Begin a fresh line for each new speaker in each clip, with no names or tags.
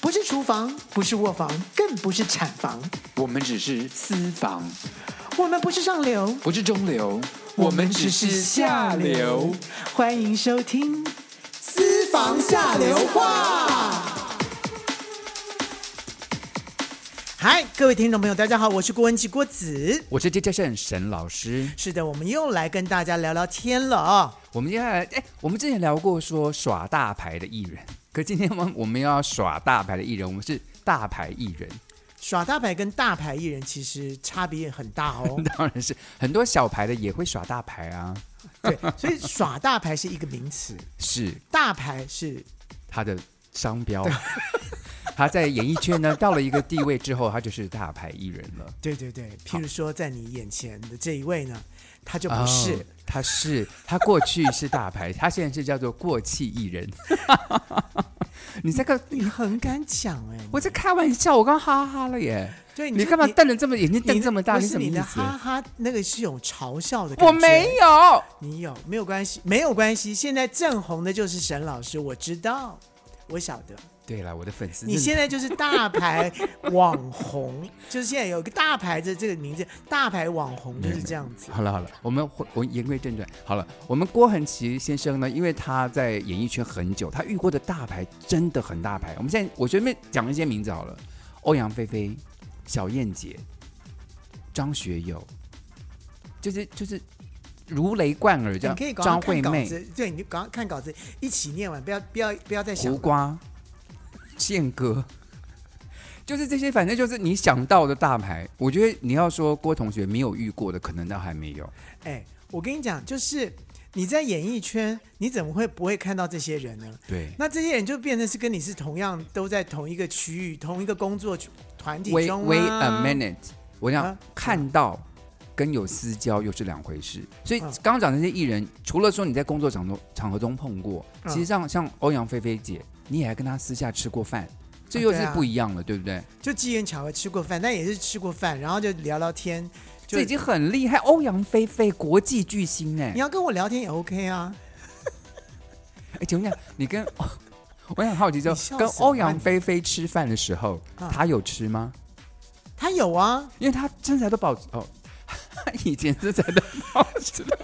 不是厨房，不是卧房，更不是产房，
我们只是私房，
我们不是上流，
不是中流，我们只是下流。。
欢迎收听《
私房下流话。
嗨，各位听众朋友，大家好，我是郭文琪郭子。
我是接家胜沈老师。
是的，我们又来跟大家聊聊天了啊、
我们接下来，哎，我们之前聊过说耍大牌的艺人，可今天我们我们要耍大牌的艺人，我们是大牌艺人，，
耍大牌跟大牌艺人其实差别很大哦
当然是很多小牌的也会耍大牌啊。
对，所以耍大牌是一个名词，
是
大牌是
他的商 标。他在演艺圈呢，到了一个地位之后，他就是大牌艺人了。
对对对，譬如说在你眼前的这一位呢，他就不
哦
是。
他是他过去是大牌，他现在是叫做过气艺人。 你这个，
你很敢讲哎、
我在开玩笑，我刚哈哈了耶！
对
你干嘛瞪得这么眼
哎
睛
你
瞪这么大？
不
你
是
什么
你
意
的
思？
哈哈，那个是一种嘲笑的感觉。
我没，有，
你有没有关系？没有关系。现在正红的就是沈老师，我知道，我晓得。
对了，我的粉丝真的，
你现在就是大牌网红，就是现在有一个大牌的这个名字，大牌网红就是这样子。
好了好了，我们回我言归正传。好了，我们郭恒奇先生呢，因为他在演艺圈很久，他遇过的大牌真的很大牌。我们现在我随便讲一些名字好了：欧阳菲菲、小燕姐、张学友，就是就是如雷贯耳这
你
样
可以。赶
张
快
惠
看稿
妹、
子，对，你就赶快看稿子，一起念完，不要不要不要再想
胡
了。
瓜、宪哥，就是这些，反正就是你想到的大牌。我觉得你要说郭同学没有遇过的，可能倒还没有。
哎，我跟你讲，就是你在演艺圈，你怎么会不会看到这些人呢？
对。
那这些人就变成是跟你是同样都在同一个区域、同一个工作团体
Wait
中、啊、
wait a minute，我想、
啊
看到跟有私交又是两回事。所以
嗯
刚刚讲的那些艺人，除了说你在工作场中场合中碰过，
嗯
其实上像欧阳菲菲姐，你也还跟她私下吃过饭，这
啊
又
对
是
啊
不一样了，对不对？
就机缘巧合吃过饭，但也是吃过饭，然后就聊聊天。就
这已经很厉害，欧阳菲菲国际巨星哎
你、要跟我聊天也 OK 啊。
哎，请问一下，你跟我很好奇，就
你笑
跟
什么
欧阳菲菲吃饭的时候，
啊
她有吃吗？
他有啊，
因为她身材都保持哦， 她以前身材 都保持得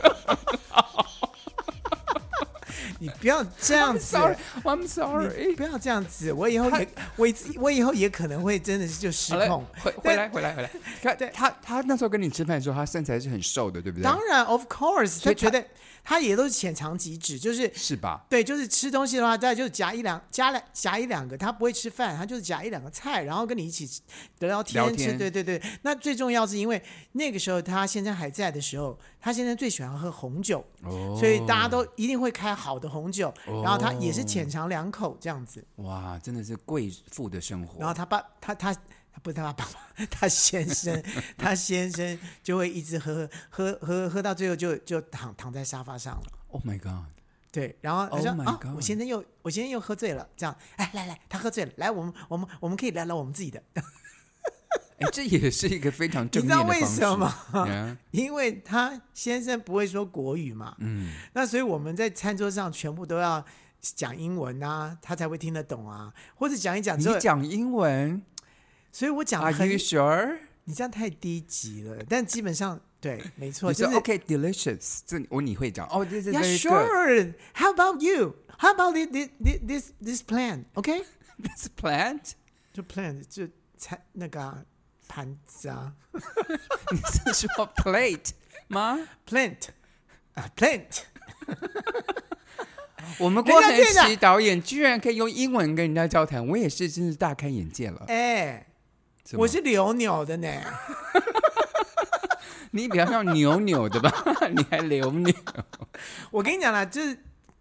你不要这样 子。
，sorry，I'm
你
sorry。
不要这样子，我以后也，我以我以后也可能会真的是就失
好了
控。
回回来回来回来。看
对
他他那时候跟你吃饭的时候，他身材是很瘦的，对不对？
当然，of course，
所
他
以
觉
他
得他也都是浅尝即止，就是
是吧？
对，就是吃东西的话，大概就是夹一两夹两夹一两个，他不会吃饭，他就是夹一两个菜，然后跟你一起聊聊天，
聊
吃。
天
对对对，那最重要是因为那个时候他先生还在的时候，他先生最喜欢喝红酒，
哦
所以大家都一定会开好的红酒，然后他也是浅尝两口这样子，
哇，真的是贵妇的生活。
然后他爸他他。他不是他爸爸， 他先生，他先生就会一直喝喝喝喝喝到最后就就躺躺在沙发上了。
o h Oh my god！
对，然后他
Oh
说、
my
啊，
God
我先生又我先生又喝醉了，这样，哎，来来，他喝醉了，来，我们我们我们可以聊聊我们自己的，
哎，这也是一个非常
你
正
知
面
道
的方
为
式。
什么？
Yeah，
因为他先生不会说国语嘛，嗯，那所以我们在餐桌上全部都要讲英文啊，他才会听得懂啊，或者讲一讲之后
你，讲啊英文
所以我讲
？Are
很
you，sure？
你这样太低级了，但基本上对，没错，
你
就
说哦
是
OK delicious，这我你会讲哦，这是
Yeah,
very
sure.
good。
How about you? How about this this this this plan? OK.
This plant，
就 plan 就餐那个啊、盘子啊
你是说 plate 吗？
，plant 啊 plant，
我们郭
人家
恒
店长
奇导演居然可以用英文跟人家交谈，我也是真是大开眼界了。
哎、
是吗
我是扭扭的呢，
你比较像扭扭 的吧？你还扭扭？
我跟你讲啦，就是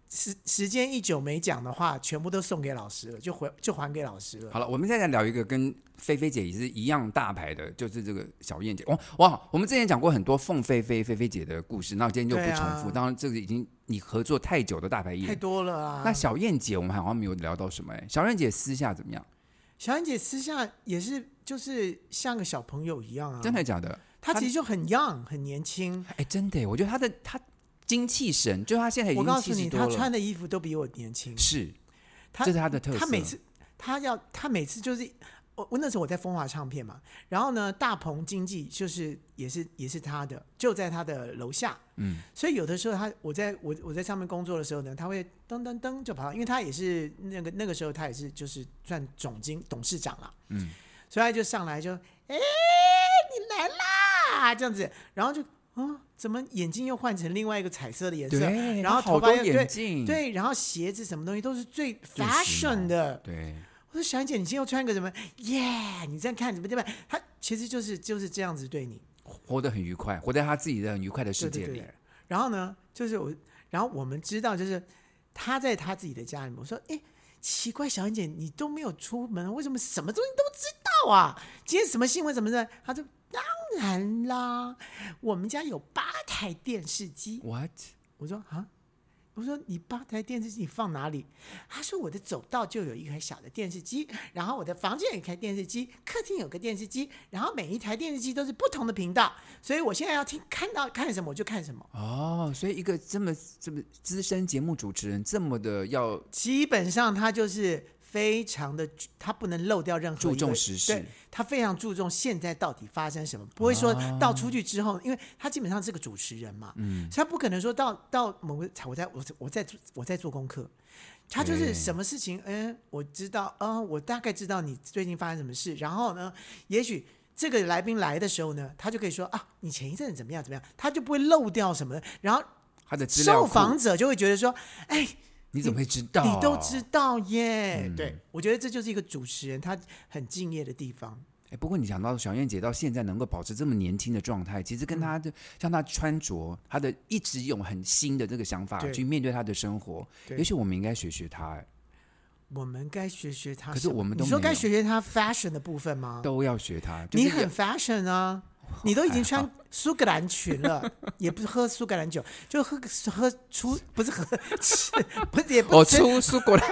时时间一久没讲的话，全部都送给老师了，就回就还给老师了。
好了，我们现在聊一个跟菲菲姐也是一样大牌的，就是这个小燕姐。哇哇，我们之前讲过很多凤飞飞、菲菲姐的故事，那我今天就不重复。
对啊
当然，这个已经你合作太久的大牌艺
太
人。
多了啊！
那小燕姐，我们好像没有聊到什么哎、小燕姐私下怎么样？
小燕姐私下也是，就是像个小朋友一样啊。
真，的假的？
她其实就很 young，很年轻。
哎、真的、哎，我觉得她的她精气神，就她现在已
我
经
告
七
诉
十
你，
多
她
了，
穿的衣服都比我年轻。
是，
她
这是她的特色。
她每次他要他每次就是我我那时候我在风华唱片嘛，然后呢大鹏经纪就是也是也是他的，就在他的楼下，
嗯，
所以有的时候他我在我我在上面工作的时候呢，他会噔噔噔就跑到，因为他也是那个那个时候他也是就是算总经董事长了，
嗯，
所以他就上来就哎、你来啦这样子，然后就嗯怎么眼睛又换成另外一个彩色的颜色，
对，
啊然后
好
头
多
发又
眼
对
镜，
对，然后鞋子什么东西都是最
最时髦
fashion 的。
对，
我说小燕姐，你今天又穿个什么？耶、你这样看怎么对吧？他其实就是就是这样子对你，
活得很愉快，活在他自己的很愉快的世
对
界
对
里。
对。然后呢，就是我，然后我们知道，就是他在他自己的家里面。我说，哎，奇怪，小燕姐，你都没有出门，为什么什么东西都知道啊？今天什么新闻什么的？他说，当然啦，我们家有八台电视机。
What？
我说啊，我说你八台电视机你放哪里？他说我的走道就有一台小的电视机，然后我的房间有一台电视机，客厅有个电视机，然后每一台电视机都是不同的频道，所以我现在要听看到看什么我就看什么。
哦，所以一个这么这么资深节目主持人，这么的要
基本上他就是非常的，他不能漏掉任何一个
注重时事
对他非常注重现在到底发生什么，不会说
啊
到出去之后，因为他基本上是个主持人嘛，嗯，所以他不可能说到到某个我在我我在我在做功课，他就是
对
什么事情，嗯，我知道，嗯，我大概知道你最近发生什么事，然后呢，也许。这个来宾来的时候呢，他就可以说啊，你前一阵子怎么样怎么样，他就不会漏掉什么，然后
他的资料
受
库，
访者就会觉得说，哎，
你怎么会知道？
你都知道耶。
嗯
对，我觉得这就是一个主持人他很敬业的地方。
哎，不过你讲到小燕姐到现在能够保持这么年轻的状态，其实跟
嗯
她的、像她穿着，她的一直用很新的这个想法
对
去面对她的生活，
对嗯
也许我们应该学学她，哎，
我们该学学他什么，
可是我们都
你说
没
该
有
学学他 fashion 的部分吗？
都要学她。就是哦
你
有
很 fashion 啊，你都已经穿苏格兰裙 了，也不是喝苏格兰酒，就喝喝出不是喝 吃，不是也不
哦，
吃，
出苏格兰，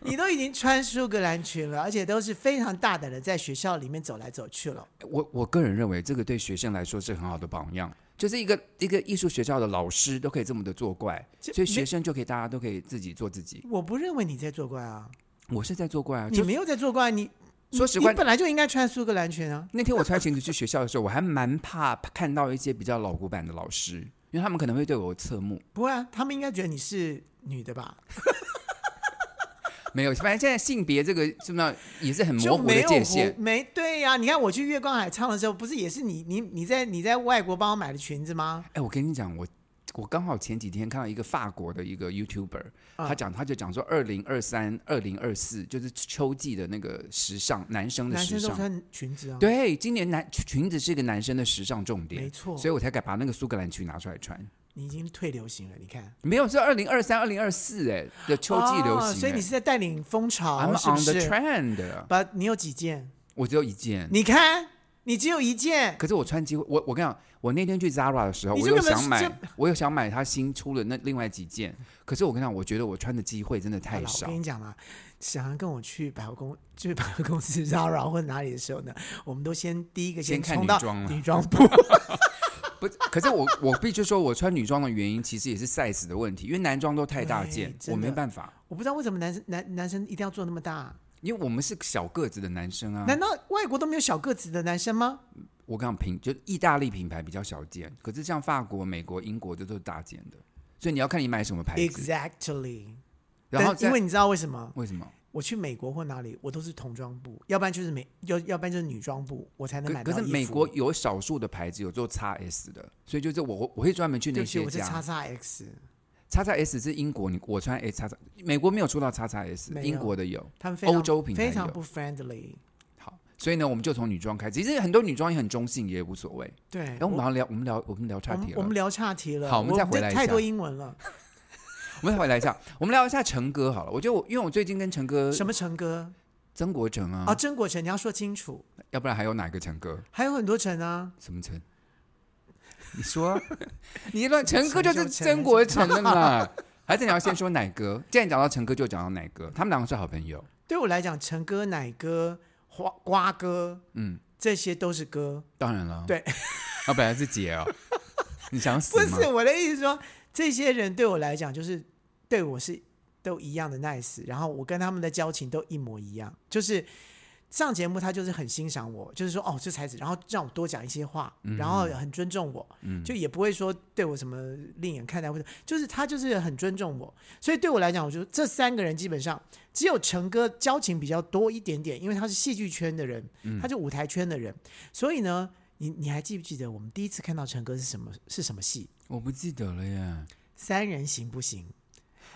你都已经穿苏格兰裙了，而且都是非常大胆的在学校里面走来走去了。
我我个人认为这个对学生来说是很好的榜样，就是一个一个艺术学校的老师都可以这么的作怪，
这
所以
没
学生就可以大家都可以自己做自己。
我不认为你在作怪啊，
我是在作怪啊，
你
就
没有在作怪，你
说实
你
话，
本来就应该穿苏格兰裙啊。
那天我穿裙子去学校的时候，我还蛮怕看到一些比较老古板的老师，因为他们可能会对我侧目。
不会啊，他们应该觉得你是女的吧？
没有，反正现在性别这个是不是也是很模
就
糊
没
的
有
界
胡
限？
没对呀、你看我去月光海唱的时候，不是也是你你你在你在外国帮我买的裙子吗？
哎，我跟你讲，我我刚好前几天看到一个法国的一个 YouTuber，、
嗯
他讲他就讲说，二零二三、二零二四就是秋季的那个时尚，男生的
男
时
生都
尚。
穿裙子啊，，
对，今年男裙裙子是一个男生的时尚重点，
没错
所以我才敢把那个苏格兰裙拿出来穿。
你已经退流行了。你看，
没有，是二零二三、二零二四哎的秋季流行、
哦，所以
哎
你是在带领风潮，
I'm
是不
on the
是？
trend，
把你有几件？
我只有一件。
你看，你只有一件，
可是我穿几乎我我跟你讲，我那天去 Zara 的时候，
你
我
这
又
根本
想
是
买
这，
我又想买它新出的那另外几件。可是我跟你讲，我觉得我穿的机会真的
好
太
了，我
少
跟。你讲啦，想要跟我去百货公，就是百货公司 Zara 或者哪里的时候呢，我们都先第一个
先看
冲
女
到
装了
女装部，
不是，可是我 我必须说，我穿女装的原因其实也是 size 的问题，因为男装都太大
对
件，
哎真
我没
的
办法，
我不知道为什么男生男男生一定要做那么大、
因为我们是小个子的男生啊。
难道外国都没有小个子的男生吗？
我跟你讲，品就意大利品牌比较小件，可是像法国、美国、英国这都是大件的，所以你要看你买什么牌子。
Exactly。
然后
但因
再
为你知道为什么？
为什么？
我去美国或哪里，我都是童装部，要不然就是美，要要不然就是女装部，我才能
可
买
可
到
是
衣服
美国有少数的牌子有做 x S 的，所以就是我我会专门去
对
那
不起，
些
我是
家。
叉叉 X，
叉叉 S 是英国，你我穿 S 叉叉，美国没有出到叉叉 S，
没有
英国的有。
他们非常
欧洲品牌有
非常不 friendly。
好，所以呢，我们就从女装开始。其实很多女装也很中性，也无所谓。
对，
哎，我们好像聊，我们聊，我们聊
我
岔题
们
了。
我们聊岔题了，
好我们再回来一下
太多英文了。
我们再回来一下， 我们聊一下陈哥好了。我觉得我，因为我最近跟陈哥
什么陈哥
曾国成啊，
啊，曾国成，你要说清楚，
要不然还有哪个陈哥？
还有很多陈啊。
什么陈？你说， 你乱陈哥就
陈
是
陈陈
曾国成的 嘛？还是你要先说奶哥？既然讲到陈哥，就讲到奶哥，他们两个是好朋友。
对我来讲，陈哥、奶哥、花瓜哥，
嗯，
这些都是哥。
当然了，
对，
啊，本来是姐哦，你想死
不
吗？
是我的意思说，这些人对我来讲就是对我是都一样的 nice，然后我跟他们的交情都一模一样，就是上节目他就是很欣赏我，就是说哦这才子，然后让我多讲一些话，然后很尊重我，就也不会说对我什么另眼看待或者就是他就是很尊重我，所以对我来讲，我觉得这三个人基本上只有陈哥交情比较多一点点，因为他是戏剧圈的人，他就舞台圈的人，所以呢，你你还记不记得我们第一次看到陈哥是什么是什么戏？
我不记得了耶。
三人行不行？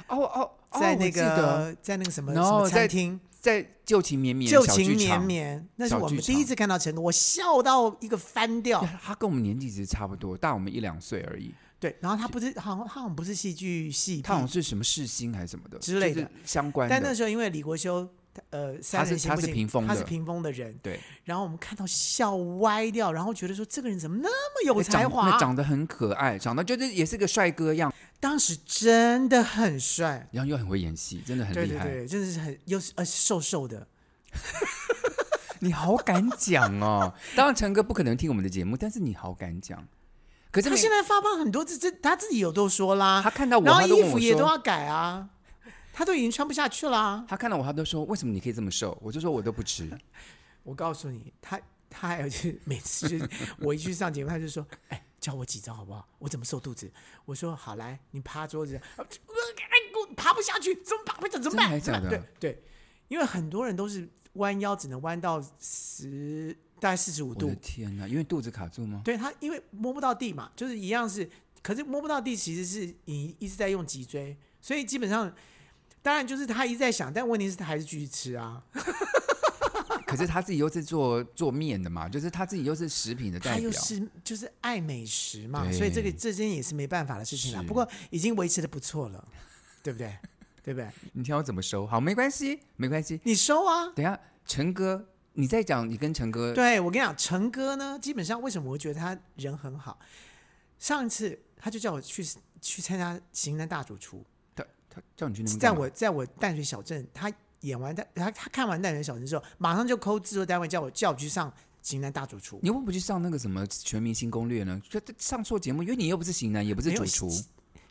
哦哦，哦
在
我
那
记得
个在那个什么什
No，
么
在
餐厅，
在旧情绵绵
旧
小
情
剧
绵
场
绵，那是
小
我
剧
们第一
场
次看到陈哥，我笑到一个翻掉。
他跟我们年纪其实差不多，大我们一两岁而已。
对，然后他不是好像他好像不是戏剧系毕业，
他好像是什么世新还是什么的
之类的，
就是相关
但那
的。哎
时候因为李国修，呃，三
是
人行
他
不
是
行
屏风
他
的
是屏风的人，
对，
然后我们看到笑歪掉，然后觉得说这个人怎么那么有
那
才
长那
华？
长得很可爱，长得就是也是个帅哥样，
当时真的很帅，
然后又很会演戏，真的很
对
厉
对
害。
对，真的是很又是呃瘦瘦的，
你好敢讲 哦！当然，陈哥不可能听我们的节目，但是你好敢讲。可是
他
每
现在发胖很多，这这他自己有都说啦，
他看到我，
然后
他都
衣
问
服
我
啊也都
说，
要改啊，他都已经穿不下去啦、啊
他看到我，他都说为什么你可以这么瘦？我就说我都不吃。
我告诉你，他他还有就是每次就是我一去上节目，他就说：“哎，教我几招好不好？我怎么瘦肚子？”我说：“好，来，你趴桌子，呃哎，我爬不下去，怎么爬不下去？怎么办？
真的还
怎么
假
办对对，因为很多人都是弯腰只能弯到十，大概四十五
我
度
的，天哪，因为肚子卡住吗？
对他，因为摸不到地嘛，就是一样是，可是摸不到地其实是你一直在用脊椎，所以基本上。”当然，就是他一直在想，但问题是他还是继续吃啊。
可是他自己又是做做面的嘛，就是他自己又是食品的代
他
表
又。是就是爱美食嘛，
对
所以这个这件也是没办法的事情啦。
是
不过已经维持的不错了，对不对？ 对不对？
你挑怎么收？好，没关系，没关系。
你收啊！
等一下，陈哥，你再讲，你跟陈哥
对我跟你讲，陈哥呢，基本上为什么我觉得他人很好？上一次他就叫我去去参加《型男大主厨
他叫你去那》，边
在
干嘛，
我在我淡水小镇，他演完淡他他看完淡水小镇之后，马上就扣制作单位叫我叫我去上《型男大主厨》。
你为什么不去上那个什么《全明星攻略》呢？就就上错节目，因为你又不是型男，也不是
没
主
有
厨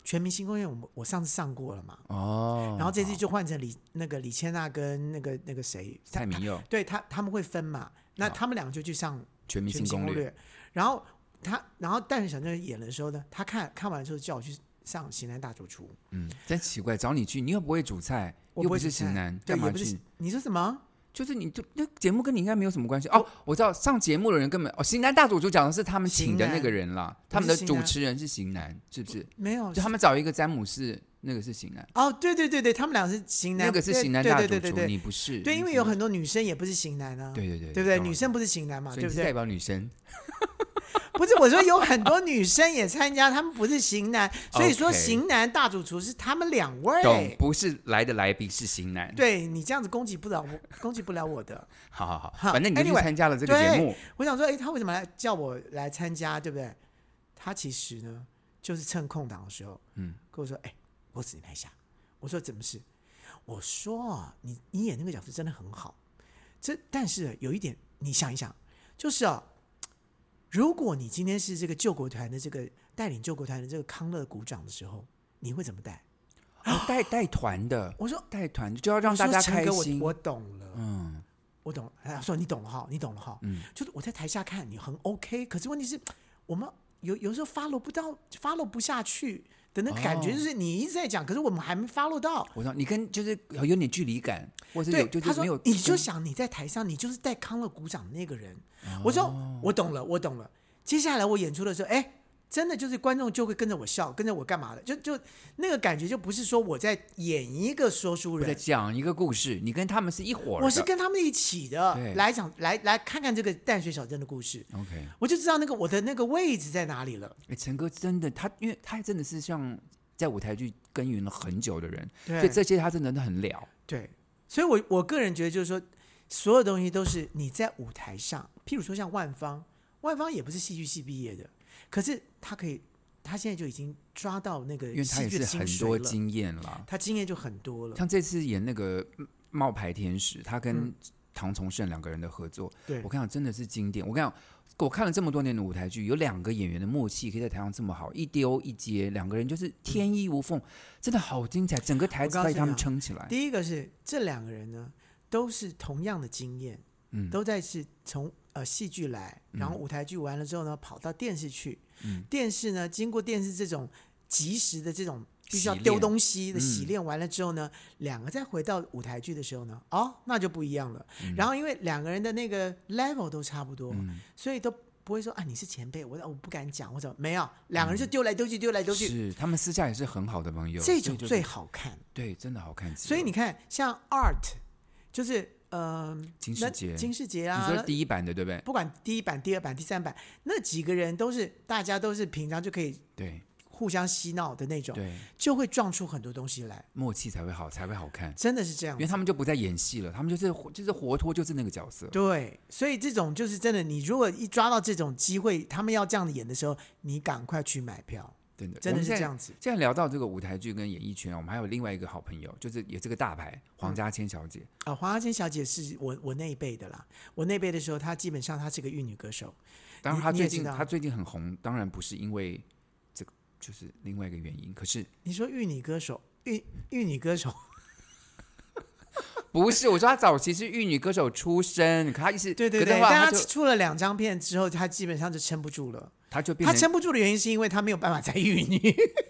全明星公演我们我上次上过了嘛，
哦。
然后这次就换成李那个李千娜跟那个那个谁他
蔡明佑《
对他他们会分嘛，那他们两个就去上
全
《
明
全
星
明星
攻
攻
略》
略》，然后他然后戴小正演的时候呢，他看看完之后叫我去上《型男大主厨》，
嗯，真奇怪，找你去，你又不会煮菜，
我
又
不会
是
煮菜
型男，
对，
嗯干
也
嘛
不是
去？
你说什么？
就是你就那节目跟你应该没有什么关系哦。我知道上节目的人根本哦，型男大主厨讲的是他们请
型
的那
男
个人啦，
不
他们
是
的
型
主
男
持人是型男，是不是？
没有，
就他
们
们找一个詹姆士，那个是型男，
哦，对对对对，他们俩是型男，
那个是
对
型男
对
大
对对
主
对
厨，
对
你不是？
对，
你
因为
是
有很多女生也不是型男啊，
对对对
对不对？
当然
女生不是型男嘛，
所以
对
你
不
是代
对？
表女生，
不是，我说有很多女生也参加，他们不是型男，所以说
OK
型男大主厨是他们两
懂？
位。
不是来的来宾是型男，，
对你这样子攻击不了我，攻击不了我的。
好好好，
好
反正你就去
anyway，
参加了这个节
对
目，
我想说，哎，他为什么来叫我来参加，对不对？他其实呢，就是趁空档的时候，
嗯
嗯，跟我说，哎，我指你来一下。我说怎么事？我说啊，你你演那个角色真的很好，这但是有一点，你想一想，就是啊，如果你今天是这个救国团的这个带领救国团的这个康乐鼓掌的时候，你会怎么带？
哦带带团的，
我说
带团就要让
我说
大家
陈
开
哥
心
我，我懂了。
嗯，
我懂了，他说你懂了哈，你懂了哈，
嗯
就是我在台下看你很 OK，可是问题是，我们有有时候 follow 不到，follow 不下去的那个感觉，
哦
就是你一直在讲，可是我们还没 follow 到。
我说你跟就是有点距离感，或是有
对，
就
他
是
说
没有，
你就想你在台上，你就是带康乐鼓掌的那个人。
哦
我说我懂了，我懂了。接下来我演出的时候，哎，真的就是观众就会跟着我笑，跟着我干嘛的，就就那个感觉就不是说我在演一个说书
我在
人，
讲一个故事，你跟他们是一伙儿的，
我是跟他们一起的
对
来讲，来来看看这个淡水小镇的故事。
OK，
我就知道那个我的那个位置在哪里了。
哎，陈哥真的，他因为他真的是像在舞台剧耕耘了很久的人，
对
所以这些他真的很了。
对，所以我我个人觉得就是说，所有东西都是你在舞台上，譬如说像万芳，万芳也不是戏剧系毕业的，可是他可以，他现在就已经抓到那个
因为他
戏
也
剧
是
的
很
精
多
髓了，
经验啦。
他经验就很多了。
像这次演那个嗯冒牌天使，他跟唐崇盛两个人的合作，
嗯对
我，看到真的是经典。我跟你讲，我看了这么多年的舞台剧，有两个演员的默契可以在台上这么好，一丢一接，两个人就是天衣无缝，真的好精彩，整个台
我
词
告诉
被他们
你啊
撑起来。
第一个是这两个人呢，都是同样的经验，
嗯
都在是从呃戏剧来，然后舞台剧完了之后呢，跑到电视去，
嗯
电视呢经过电视这种及时的这种必须要
洗
丢
练
东西的
嗯
洗练完了之后呢，两个再回到舞台剧的时候呢，哦，那就不一样了。
嗯
然后因为两个人的那个 level 都差不多，所以都。不会说啊，你是前辈，我我不敢讲，我怎么没有？两个人就丢来丢去，丢来丢去，
嗯是，他们私下也是很好的朋友，
这
所
种
以就是
最好看。
对，真的好看极了。
所以你看，像 Art，就是呃，
金世
那
杰，
金世杰
你
啊
说，第一版的对不对？
不管第一版、第二版、第三版，那几个人都是大家都是平常就可以
对
互相嬉闹的那种，
对，
就会撞出很多东西来，
默契才会好，才会好看，
真的是这样
因为。他们就不再演戏了，他们就是就是活脱就是那个角色。
对，所以这种就是真的，你如果一抓到这种机会，他们要这样演的时候，你赶快去买票，
真的，
真
我
的
们
是
现
这
在。
样子。
现在聊到这个舞台剧跟演艺圈，我们还有另外一个好朋友，就是也是个大牌黄家千小姐。
啊、黄阿千小姐是我我那一辈的啦，我那一辈的时候，她基本上她是个玉女歌手，
当然，
你
她
你也
最近
知道
她最近很红，当然不是因为这个，就是另外一个原因。可是
你说玉女歌手，玉玉女歌手，
不是我说她早期是玉女歌手出身，可她一直
对对
可是
对，
后来
但
她
他
就
出了两张片之后，他基本上就撑不住了。
她就变
他
成
撑不住的原因是因为他没有办法再遇你。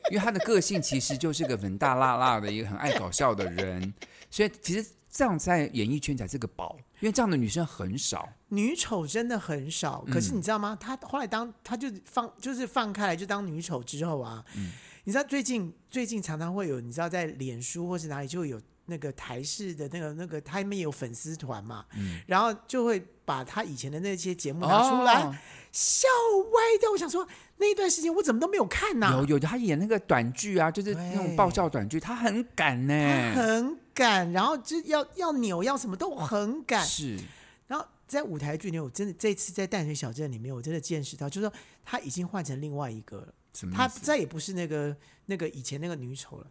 因为他的个性其实就是个文大辣辣的一个很爱搞笑的人，所以其实这样在演艺圈才是个宝，因为这样的女生很少。
女丑真的很少，可
嗯
是你知道吗？他后来当他就放就是放开来就当女丑之后啊，
嗯
你知道最近最近常常会有，你知道在脸书或是哪里就会有那个台式的那个那个他们有粉丝团嘛，然后就会把他以前的那些节目拿出来、
嗯哦
笑歪掉。我想说那一段时间我怎么都没有看呐、
有有她演那个短剧啊，就是那种
对
爆笑短剧，她很敢呢、
他很敢，然后就要要扭要什么都很敢。
是
然后在舞台剧里面，我真的这次在淡水小镇里面，我真的见识到，就是说他已经换成另外一个了，
什么
他
意思？
再也不是那个那个以前那个女丑了。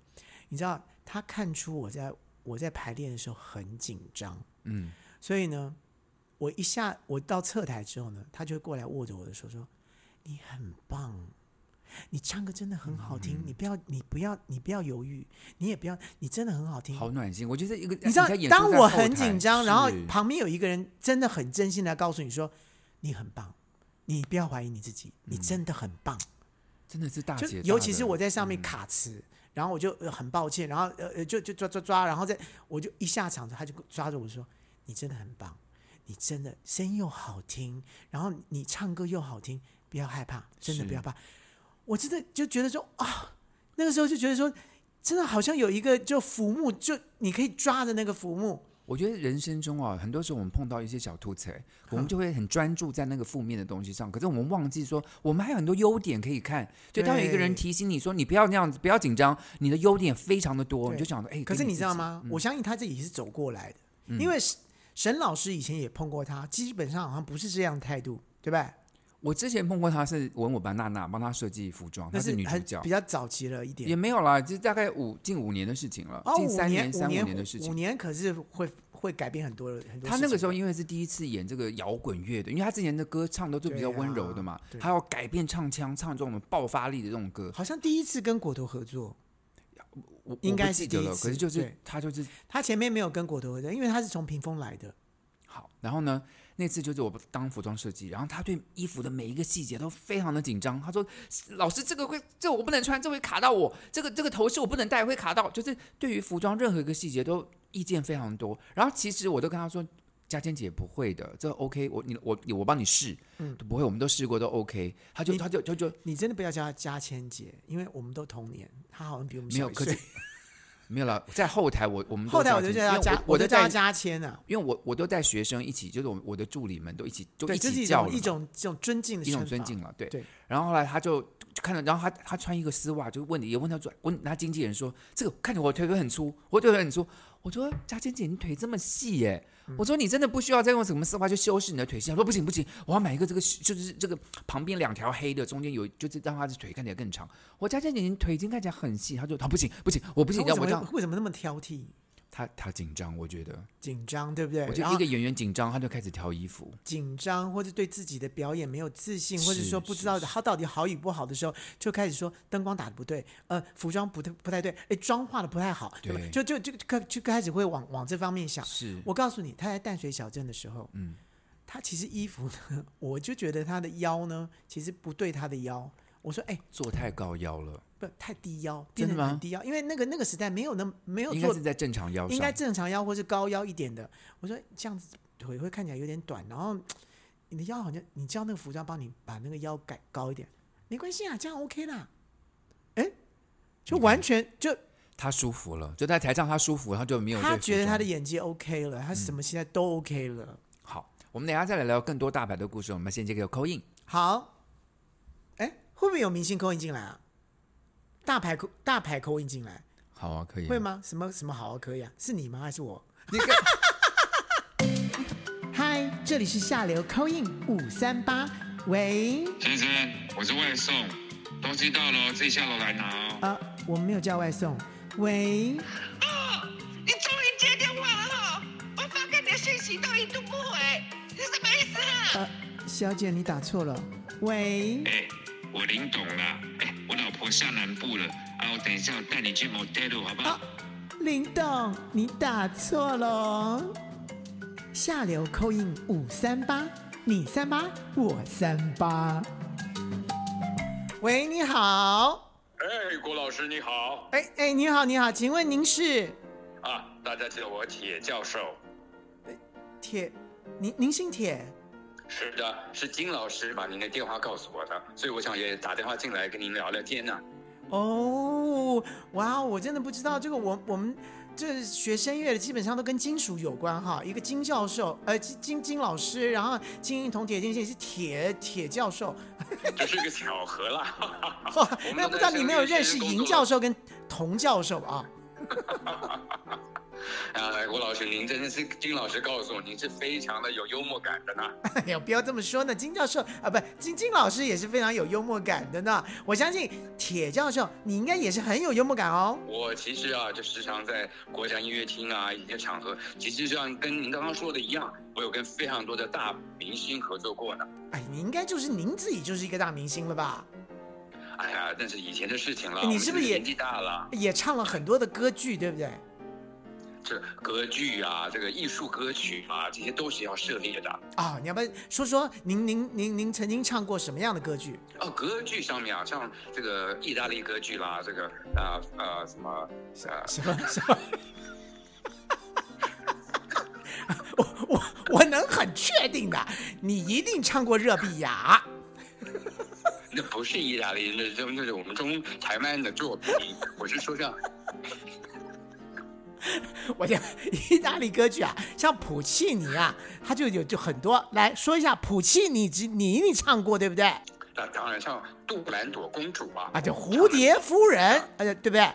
你知道，他看出我在我在排练的时候很紧张，
嗯，
所以呢，我一下我到侧台之后呢，他就会过来握着我的手说：“你很棒，你唱歌真的很好听，你不要你不要你不要犹豫，你也不要你真的很好听。”
好暖心。我觉得一个
你知道
在，演出
当
在
我
后
很
台
紧张，然后
是
旁边有一个人真的很真心的告诉你说，你很棒，你不要怀疑你自己，你真的很棒。
真的是嗯大
就
姐大的，嗯
尤其是我在上面卡词，然后我就、呃很抱歉，然后呃呃就就抓抓抓，然后再我就一下场，他就抓着我说，你真的很棒，你真的声音又好听，然后你唱歌又好听，不要害怕，真的
是
不要怕。我真的就觉得说啊，那个时候就觉得说。真的好像有一个就浮木，就你可以抓着那个浮木，
我觉得人生中啊，很多时候我们碰到一些小吐槽，我们就会很专注在那个负面的东西上，可是我们忘记说，我们还有很多优点可以看。就当有一个人
对
提醒你说，你不要那样子，不要紧张，你的优点非常的多，
对
你就想着，哎、
可是
给
你知道
自己？嗯
吗？我相信他自己是走过来的，因为沈沈老师以前也碰过他，基本上好像不是这样的态度，对吧？
我之前碰过她是文武班娜娜，帮她设计服装，她
那
哦女主
很
角
比，较早期了一
也
点，
没有啦，就是大概五近五年的事情了，
哦，
近
五
三
年
三五
年
年的事情
五。年可是会会改变很多很多。
他那个时候，因为是第一次演这个摇滚乐的，因为他之前的歌唱都是比较
对啊
温柔的嘛，
对
他要改变唱腔，唱这种爆发力的这种歌。
好像第一次跟果头合作，
我
应
我
该
不
是
记得
第一
了，可
次
是就是
对
他就是
他前面没有跟果头合作，因为他是从屏风来的，
好。然后呢，那次就是我当服装设计，然后他对衣服的每一个细节都非常的紧张。他说：“老师，这个会，这我不能穿，这会卡到我，这个这个头饰我不能戴，会卡到。”就是对于服装任何一个细节都意见非常多。然后其实我都跟他说。佳倩姐不会的，这 OK，我你我我帮你试，嗯，不会，我们都试过都 OK，他就
你
他就他就
你真的不要叫他佳千姐，因为我们都同年，他好像比我们
没有
小一
可是
岁。
没有了，在后台我我们都
后台我
叫
就
进
叫他
因为
佳，
我我
就
都
叫
带
他佳千啊，
因为我我都带学生一起，就是我我的助理们都一起都
对，这是
起
一
叫了
种
嘛，
一种这种尊敬的
一种
称
尊
法
敬了，对。
对
然后后来他就就看到，然后他他穿一个丝袜，就问你，也问他说，问他经纪人说，这个看着我腿腿很粗，我腿腿很粗。我说佳芊姐，你腿这么细耶、
嗯
我说你真的不需要再用什么丝袜去修饰你的腿细。他说不行不行，我要买一个这个就是这个旁边两条黑的，中间有就是让他的腿看起来更长。我佳芊姐，你腿已经看起来很细。他说他不行不行，我不
他
行，
为
要
什
我这样
么。为什么那么挑剔？
他他紧张，我觉得，
紧张，对不对？
我觉
然
得一
后
个演员紧张，他就开始挑衣服，
紧张，或者对自己的表演没有自信，或者
是
说不知
是
道
是
他到底好与不好的时候，就开始说灯光打的不对，呃，服装不太不太对，哎，妆化的不太好，吧
对
就就就就就开始会往往这方面想。
是
我告诉你，他在淡水小镇的时候，
嗯，
他其实衣服呢，我就觉得他的腰呢，其实不对他的腰。我说，哎，
做太高腰了，
不太低腰，
真
变
的
得很
吗
低腰，因为那个那个时代没有那么没有
应该
做
是在正常腰上，
应该正常腰或是高腰一点的。我说这样子腿会看起来有点短，然后你的腰好像你叫那个服装帮你把那个腰改高一点，没关系啊，这样 OK 啦。哎，就完全就
他舒服了，就在台上他舒服，他就没有
他
对服
觉得他
装嗯
的演技 OK 了，他什么现在都 OK 了。
好。我们等一下再来聊更多大牌的故事，我们先接个扣印。
好，哎，会不会有明星扣印进来啊？大牌扣大牌扣印进来
好啊，可以啊
会？吗？什么什么好啊？可以啊？是你吗？还是我？
你看，
嗨，这里是下流扣印五三八，喂。
先生，我是外送，东西到了哦自己下楼来拿哦。
啊，我们没有叫外送。喂，
哦，你终于接电话了哈、我发给你的信息都一度不回，是什么意思啊？
呃，小姐你打错了。喂，
哎、我林董啦，哎、我老婆下南部了，啊，我等一下我带你去 motel 好不好？
林董，你打错了哦。下流扣印五三八，你三八，我三八。喂，你好。
哎，郭老师你好
哎哎，你好，你好，请问您是
啊！大家叫我铁教授。
铁？您您姓铁？
是的，是金老师把您的电话告诉我的，所以我想也打电话进来跟您聊聊天呢、
哦，哇，我真的不知道这个我，我们这学声乐的基本上都跟金属有关哈。一个金教授，呃，金金金老师，然后金银铜铁金线是铁铁教授，
这是个巧合 啦。
哇，
我们
那
都
不知
在
道你
声
没
乐
有认
学
识
工
银
作
教
了
授跟铜教授啊？
啊，郭老师，您真的是金老师告诉我，您是非常的有幽默感的呢。
哎呦，不要这么说呢，金教授啊，不，金金老师也是非常有幽默感的呢。我相信铁教授，你应该也是很有幽默感哦。
我其实啊，就时常在国家音乐厅啊一些场合，其实就像跟您刚刚说的一样，我有跟非常多的大明星合作过呢。
哎，你应该就是您自己就是一个大明星了吧？
哎呀，那是以前的事情了。
哎你
我们
是
现
不是
在
也
年纪大了？
也唱了很多的歌剧，对不对？
这歌剧啊，这个艺术歌曲啊，这些都是要涉猎的。
啊、你要不要说说您您您您曾经唱过什么样的歌剧？
哦，歌剧上面啊，像这个意大利歌剧啦，这个啊啊什么呃
什么 什么？我我我能很确定的，你一定唱过《热碧雅
那不是意大利，那那那是我们中台湾的作品。我是说像》。
我讲意大利歌剧啊，像普契尼啊，他就有就很多。来说一下普契尼，你你一定唱过对不对？啊，
那当然像杜兰朵公主啊，
就蝴蝶夫人，呃，对不对？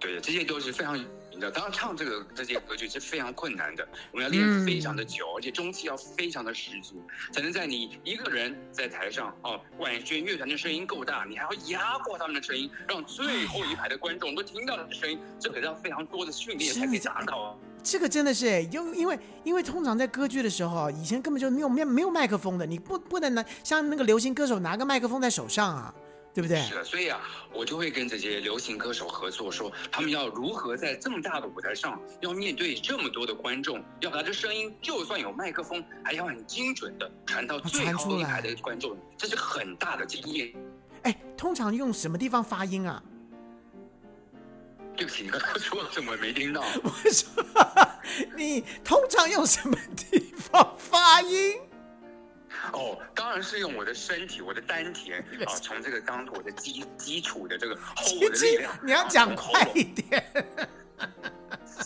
对，这些都是非常有名的。当然，唱这个这些歌曲是非常困难的，我们要练非常的久，而且中气要非常的十足，才能在你一个人在台上哦，管弦乐团的声音够大，你还要压过他们的声音，让最后一排的观众都听到你的声音，这个要非常多的训练才可以达到啊。
这个真的是，因因为因为通常在歌剧的时候，以前根本就没有没有没有麦克风的，你不不能拿像那个流行歌手拿个麦克风在手上啊，对不对？
是的，所以啊，我就会跟这些流行歌手合作说，他们要如何在这么大的舞台上，要面对这么多的观众，要把这声音，就算有麦克风，还要很精准的传到最
啊传出
后一
来
排的观众，这是很大的经验。
哎，通常用什么地方发音啊？
对不起，你刚刚说什么没听到？
我说， 你通常用什么地方发音？
哦，当然是用我的身体，我的丹田啊，从这个当我的基基础的这个后
鸡
我的力
鸡
量，，
你要
啊
讲
从喉
快
咙
一点，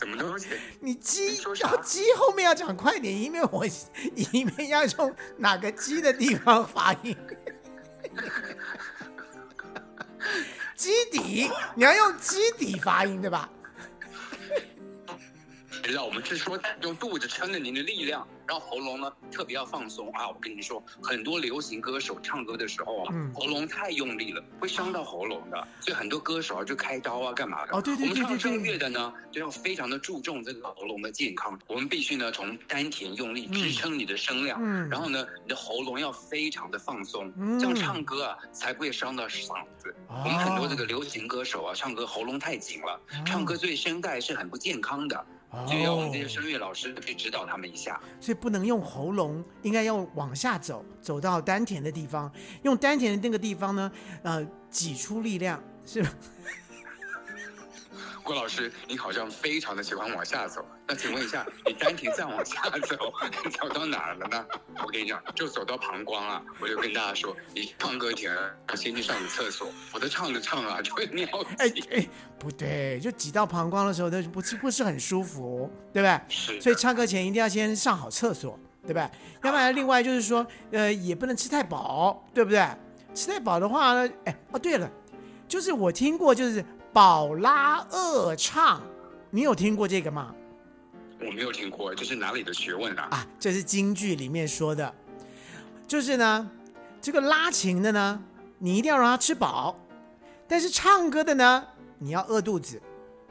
什么东西？
你
你
鸡
说啥
要鸡后面要讲快一点，因为我 因为要用哪个鸡的地方发音。 基底，你要用基底发音对吧？
知道，我们是说用肚子撑着您的力量，让喉咙呢特别要放松啊！我跟你说，很多流行歌手唱歌的时候啊，
嗯
喉咙太用力了，会伤到喉咙的，所以很多歌手啊就开刀啊干嘛的。
哦对对
我们
对
唱
对对
声乐的呢，就要非常的注重这个喉咙的健康，我们必须呢从丹田用力支撑你的声量，
嗯
然后呢你的喉咙要非常的放松，
嗯哦
这样唱歌啊才不会伤到嗓子。我们很多这个流行歌手啊，唱歌喉咙太紧了，唱歌对声带是很不健康的，所以要我们这
哦
些声乐老师去指导他们一下。
所以不能用喉咙，应该要往下走，走到丹田的地方，用丹田的那个地方呢，呃，挤出力量，是吧？
郭老师，你好像非常的喜欢往下走，那请问一下，你丹田再往下走，你走到哪儿了呢？我跟你讲，就走到膀胱了。我就跟大家说，你唱歌前要先去上个厕所，否则唱着唱啊就会尿
哎
急。
哎，不对，就挤到膀胱的时候，那就不是不是很舒服，对不对？
是
所以唱歌前一定要先上好厕所，对不对？要不然另外就是说，呃，也不能吃太饱，对不对？吃太饱的话呢，哎，哦，对了，就是我听过就是宝拉恶唱，你有听过这个吗？
我没有听过，这是哪里的学问啊？
啊，这是京剧里面说的，就是呢，这个拉琴的呢，你一定要让他吃饱，但是唱歌的呢，你要饿肚子，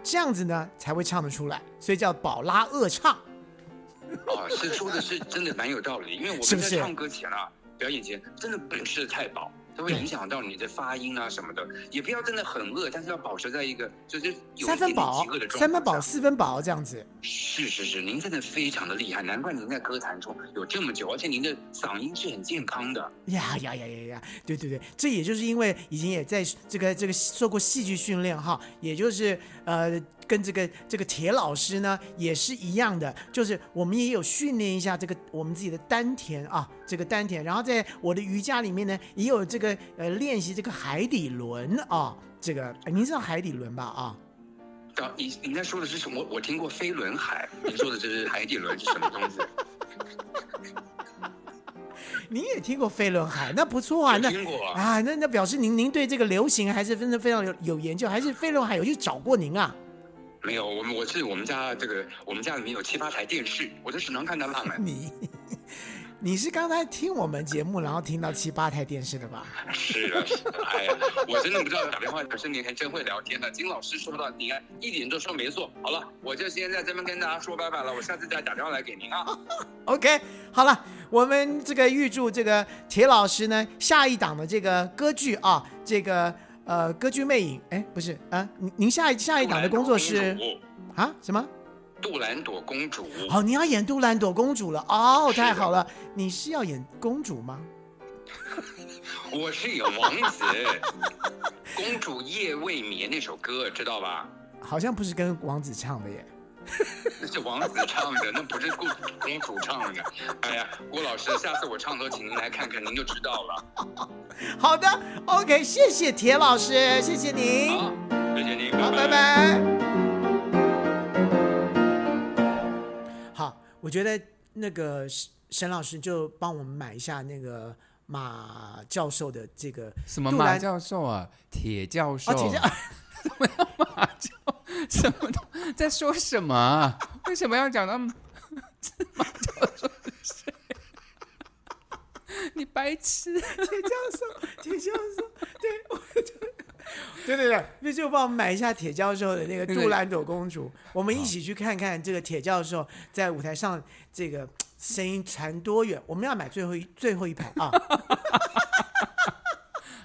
这样子呢才会唱得出来，所以叫饱拉饿唱。
哦，是说的是真的蛮有道理，因为我
是
们
不是
在唱歌前啊，表演前真的不能吃的太饱，它会影响到你的发音啊什么的。也不要真的很饿，但是要保持在一个就是有一
三分
点点
饱
饥饿的状态，下。
三分饱，四分饱这样子。
是是是，您真的非常的厉害，难怪您在歌坛中有这么久，而且您的嗓音是很健康的。
呀呀呀呀呀！对对对，这也就是因为以前也在这个这个受过戏剧训练哈，也就是呃跟这个这个铁老师呢也是一样的，就是我们也有训练一下这个我们自己的丹田啊，这个丹田，然后在我的瑜伽里面呢也有这个呃练习这个海底轮啊，这个呃您知道海底轮吧啊？
到你你在说的是什么？我听过飞轮海，您说的这是海底轮是什 么东西？
您也听过飞轮海，那不错啊，
有
那
听过啊
啊，那那表示您您对这个流行还是真的非常有有研究，还是飞轮海有去找过您啊？
没有，我们我是我们家这个，我们家里面有七八台电视，我就时常看到他们。
你 你是刚才听我们节目，然后听到七八台电视的吧？
是啊，是啊哎呀，我真的不知道打电话，可是您还真会聊天呢。金老师说到，你看一点都说没错。好了，我就先在这边跟大家说拜拜了，我下次再打电话来给您啊。
OK，好了，我们这个预祝这个铁老师呢，下一档的这个歌剧啊，这个呃歌剧魅影，哎，不是啊，您您下一
哎
下一档的工作是啊什么？
哦杜兰朵公主。杜兰朵公主
哦，你要演杜兰朵公主了哦，
是的
太好了，你是要演公主吗？
我是演王子，公主夜未眠那首歌知道吧？
好像不是跟王子唱的耶。
那是王子唱的，那不是公公主唱的。哎呀，郭老师，下次我唱歌，请您来看看，您就知道了。
好的，OK，谢谢铁老师，谢谢您，
好，谢谢您，
好，拜
拜
拜。好，我觉得那个沈沈老师就帮我们买一下那个马教授的这个
什么
杜
马
兰
教授啊，铁教授，
哦，铁教
马教什么都在说什么啊？为什么要讲到这马教授是谁？ 你白痴！
铁教授，铁教授，对，我就对对对，那就帮我们买一下铁教授的那个
对
《
对
杜兰朵公主》，我们一起去看看这个铁教授在舞台上这个声音传多远。我们要买最后一最后一排啊！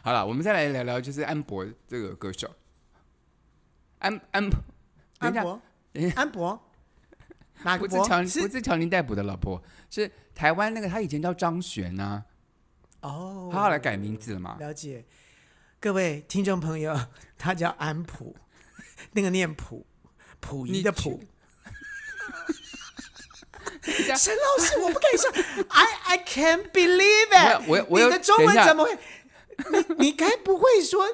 好了，我们再来聊聊，就是安博这个歌手。安安博，等
安
一下，
博
等一，下
安 博，哪
不
个
是
博？
乔，不
是
是乔林逮捕的老婆，是台湾那个，他以前叫张璇啊，
哦，
他后来改名字了嘛？
了解。各位听众朋友，他叫安普，那个念普，溥仪的
你
溥。
家
沈老师，我不敢相，I I can't believe it！
我有我有
你的中
等一
文
下
怎么会？你你该不会说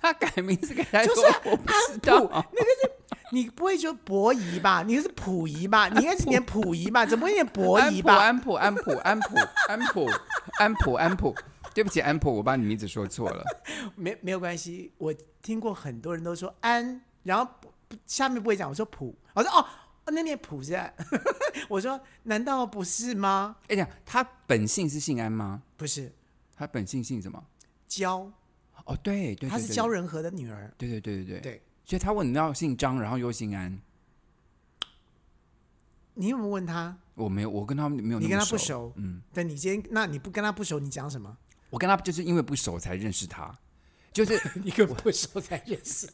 他改名字给他
就
说，
是
我不
安
知
普
道。
那个是？你不会说伯夷吧？你是溥仪吧？你应该是念溥仪吧？怎么会念伯
安
夷
普，
吧？
安普，安普，安普，安普，安普，安普，对不起，安普，我把你名字说错 了。
没没有关系，我听过很多人都说安，然后不不下面不会讲，我说普，我说哦哦，那念谱是吧？ 我说难道不是吗？
哎呀，他本姓是姓安吗？
不是，
他本姓姓什么？
焦，
哦，对对，
她
对
是
对
焦仁和的女儿。
对对对对对。
对，
所以他问你要姓张，然后又姓安，
你有没有问她？
我没有，我跟他们没有那么
你跟她不
熟，
哦熟，嗯，但你今天那你不跟她不熟，你讲什么？
我跟他就是因为不熟才认识他，就是
你跟不熟才认 识。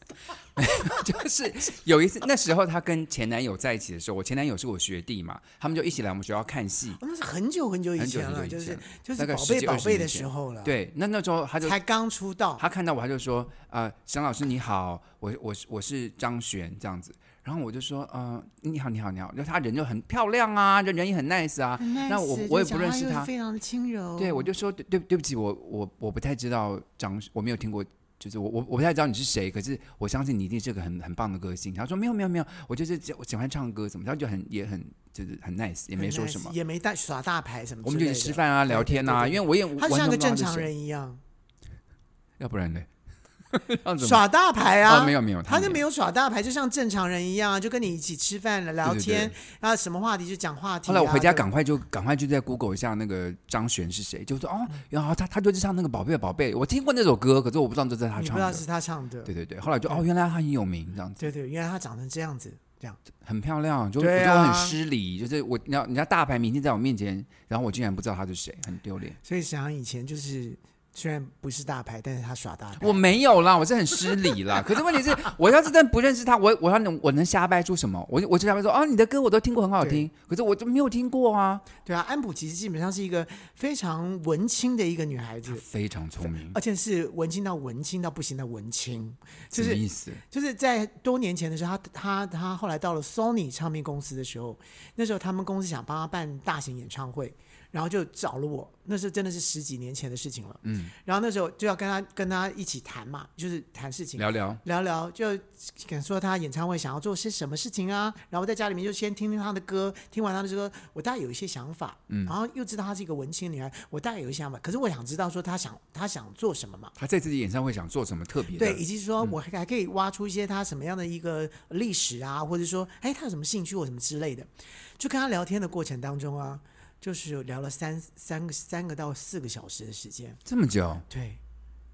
就是有一次那时候他跟前男友在一起的时候，我前男友是我学弟嘛，他们就一起来我们学校看戏，
哦那是很久很久以
很久
前
很久
了，
以
就是
前
就是
大概
宝
十
贝
几
宝
二十
贝
年
的
前
时候了，，
对，那那时候他就
才刚出道，
他看到我，他就说：“呃，沈老师你好，我我是我是张璇这样子。”然后我就说：“呃，你好，你好，你好。”就他人就很漂亮啊，人人也很 nice 啊。那我我也不认识他，
非常的轻柔。
对我就说对对对不起，我我我不太知道张，我没有听过，就是我我我不太知道你是谁，可是我相信你一定是个很很棒的歌星。他说没有没有没有，我就是我喜欢唱歌什么，他就很也很就是很 nice，也
很
没说
nice，
什么。
也没大耍大牌什么
我
之类的。
们就一起吃饭啊，聊天啊，因为我也
他就像
完全
个
不知道
正
是
常
谁，
人一样
要不 然呢？那怎么
耍大牌啊，
哦没有没有
他
他
就
没有
没有耍大牌，就像正常人一样啊，就跟你一起吃饭了聊
对对
天
对，
然后什么话题就讲话题啊。
后来我回家
对
赶快就赶快就在 Google 一下那个张悬是谁，就说哦，
嗯
然后他他就是唱那个《宝贝宝贝》，我听过那首歌，可是我不知道这是他
你不
唱
知道
的。
是他唱的，
对对对，后来就哦，原来他很有名，这样子
对对，原来他长成这样子，这样
很漂亮，就、
对
我就
啊
很失礼，就是我你知道人家大牌明星在我面前，然后我竟然不知道他是谁，很丢脸。
所以想想以前就是虽然不是大牌，但是他耍大牌。
我没有啦，我是很失 礼啦。可是问题是，我要是真的不认识他，我我要能我能瞎掰出什么？我就我就瞎掰说啊，你的歌我都听过，很好听，可是我就没有听过啊。
对啊，安普其实基本上是一个非常文青的一个女孩子，
非常聪明，
而且是文青到文青到不行的文青，就
什么
是
意思？
就是在多年前的时候，他他他后来到了 Sony 唱片公司的时候，那时候他们公司想帮他办大型演唱会，然后就找了我，那时候真的是十几年前的事情了。嗯，然后那时候就要跟他跟他一起谈嘛，就是谈事情。
聊聊
聊聊，就敢说他演唱会想要做些什么事情啊，然后在家里面就先听听他的歌，听完他的歌，我大概有一些想法，嗯，然后又知道她是一个文青女孩，我大概有一些想法，可是我想知道说她想她想做什么嘛，
他这次演唱会想做什么特别的？嗯
对，以及说我还还可以挖出一些他什么样的一个历史啊，或者说，哎，他有什么兴趣或什么之类的。就跟他聊天的过程当中啊，就是有聊了三三个三个到四个小时的时间，
这么久，
对，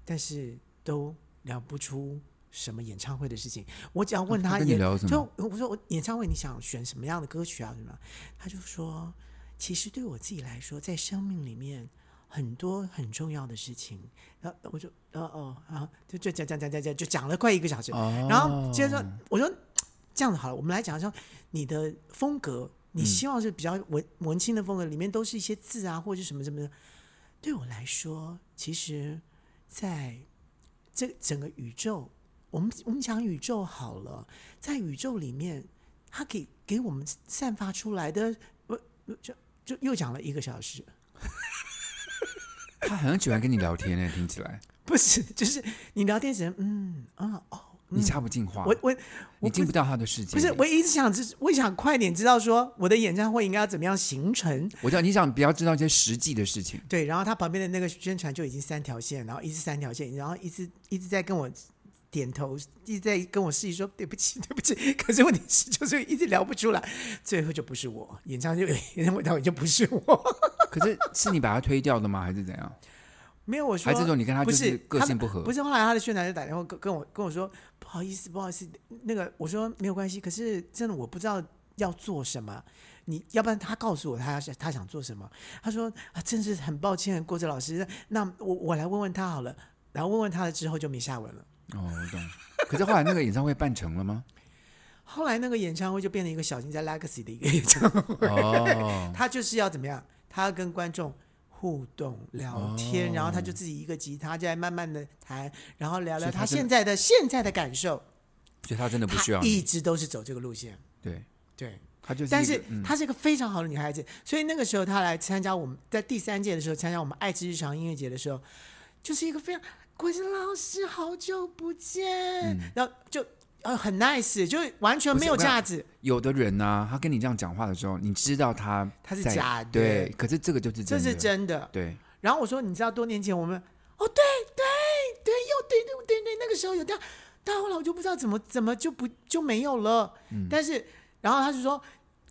但是都聊不出什么演唱会的事情。我只要问
他
他
跟你
演，
聊什么
就我说我演唱会你想选什么样的歌曲啊什么，他就说，其实对我自己来说，在生命里面。很多很重要的事情，然后我就哦哦啊，就就讲讲讲讲讲，就讲了快一个小时，
哦
然后接着说，我说这样子好了，我们来讲一下你的风格，你希望是比较文、文青的风格，里面都是一些字啊，或者什么什么的。对我来说，其实在这整个宇宙，我们我们讲宇宙好了，在宇宙里面，它给给我们散发出来的，我就就又讲了一个小时，
他很喜欢跟你聊天呢，听起来
不是，就是你聊天时，嗯啊哦，
你插不进话，
我我
你
我
进不到他的世界。
不是，我一直想知，我想快点知道说我的演唱会应该要怎么样形成。
我知道你想比较知道一些实际的事情，
对，然后他旁边的那个宣传就已经三条线，然后一直三条线，然后一直一直在跟我点头，一直在跟我示意说对不起， 对不起。可是问题是，就是一直聊不出来，最后就不是我演唱就演唱会导演就不是我。
可是是你把他推掉的吗？还 是怎样？
没有我说，
还是说你跟他
不
就是
是
个
他
性
们
不合
不是后来他的宣传就打电话跟跟我跟我说，不好意思，不好意思，那个我说没有关系，可是真的我不知道要做什么。你要不然他告诉我他要想他想做什么？他说啊，真是很抱歉，郭哲老师，那我我来问问他好了。然后问问他了之后就没下文了。
哦，我懂。可是后来那个演唱会办成了吗？
后来那个演唱会就变成一个小型在 Legacy 的一个演唱会，
哦，
他就是要怎么样？他要跟观众互动聊
哦
天，然后他就自己一个吉他在慢慢的弹，然后聊
所
聊
以他
他
真的
现在的现在的感受。
所以他真的不
她
需要
一
你，
直都是走这个路线。
对
对，
他就是一个。
但是
嗯
她是一个非常好的女孩子，所以那个时候她来参加我们在第三届的时候参加我们爱之日常音乐节的时候，就是一个非常国珍老师好久不见，然后就呃很 nice，就是完全没有
嗯不是我
架子。
有的人呢、他跟你这样讲话的时候，你知道他
他是
在
假的
对，可是这个就是
这
真的，
是真的，
对，
然后我说，你知道多年前我们，哦，对对对，又对对对对，那个时候有这样，但后来我就不知道怎么怎么就不就没有了。但是然后他就说：“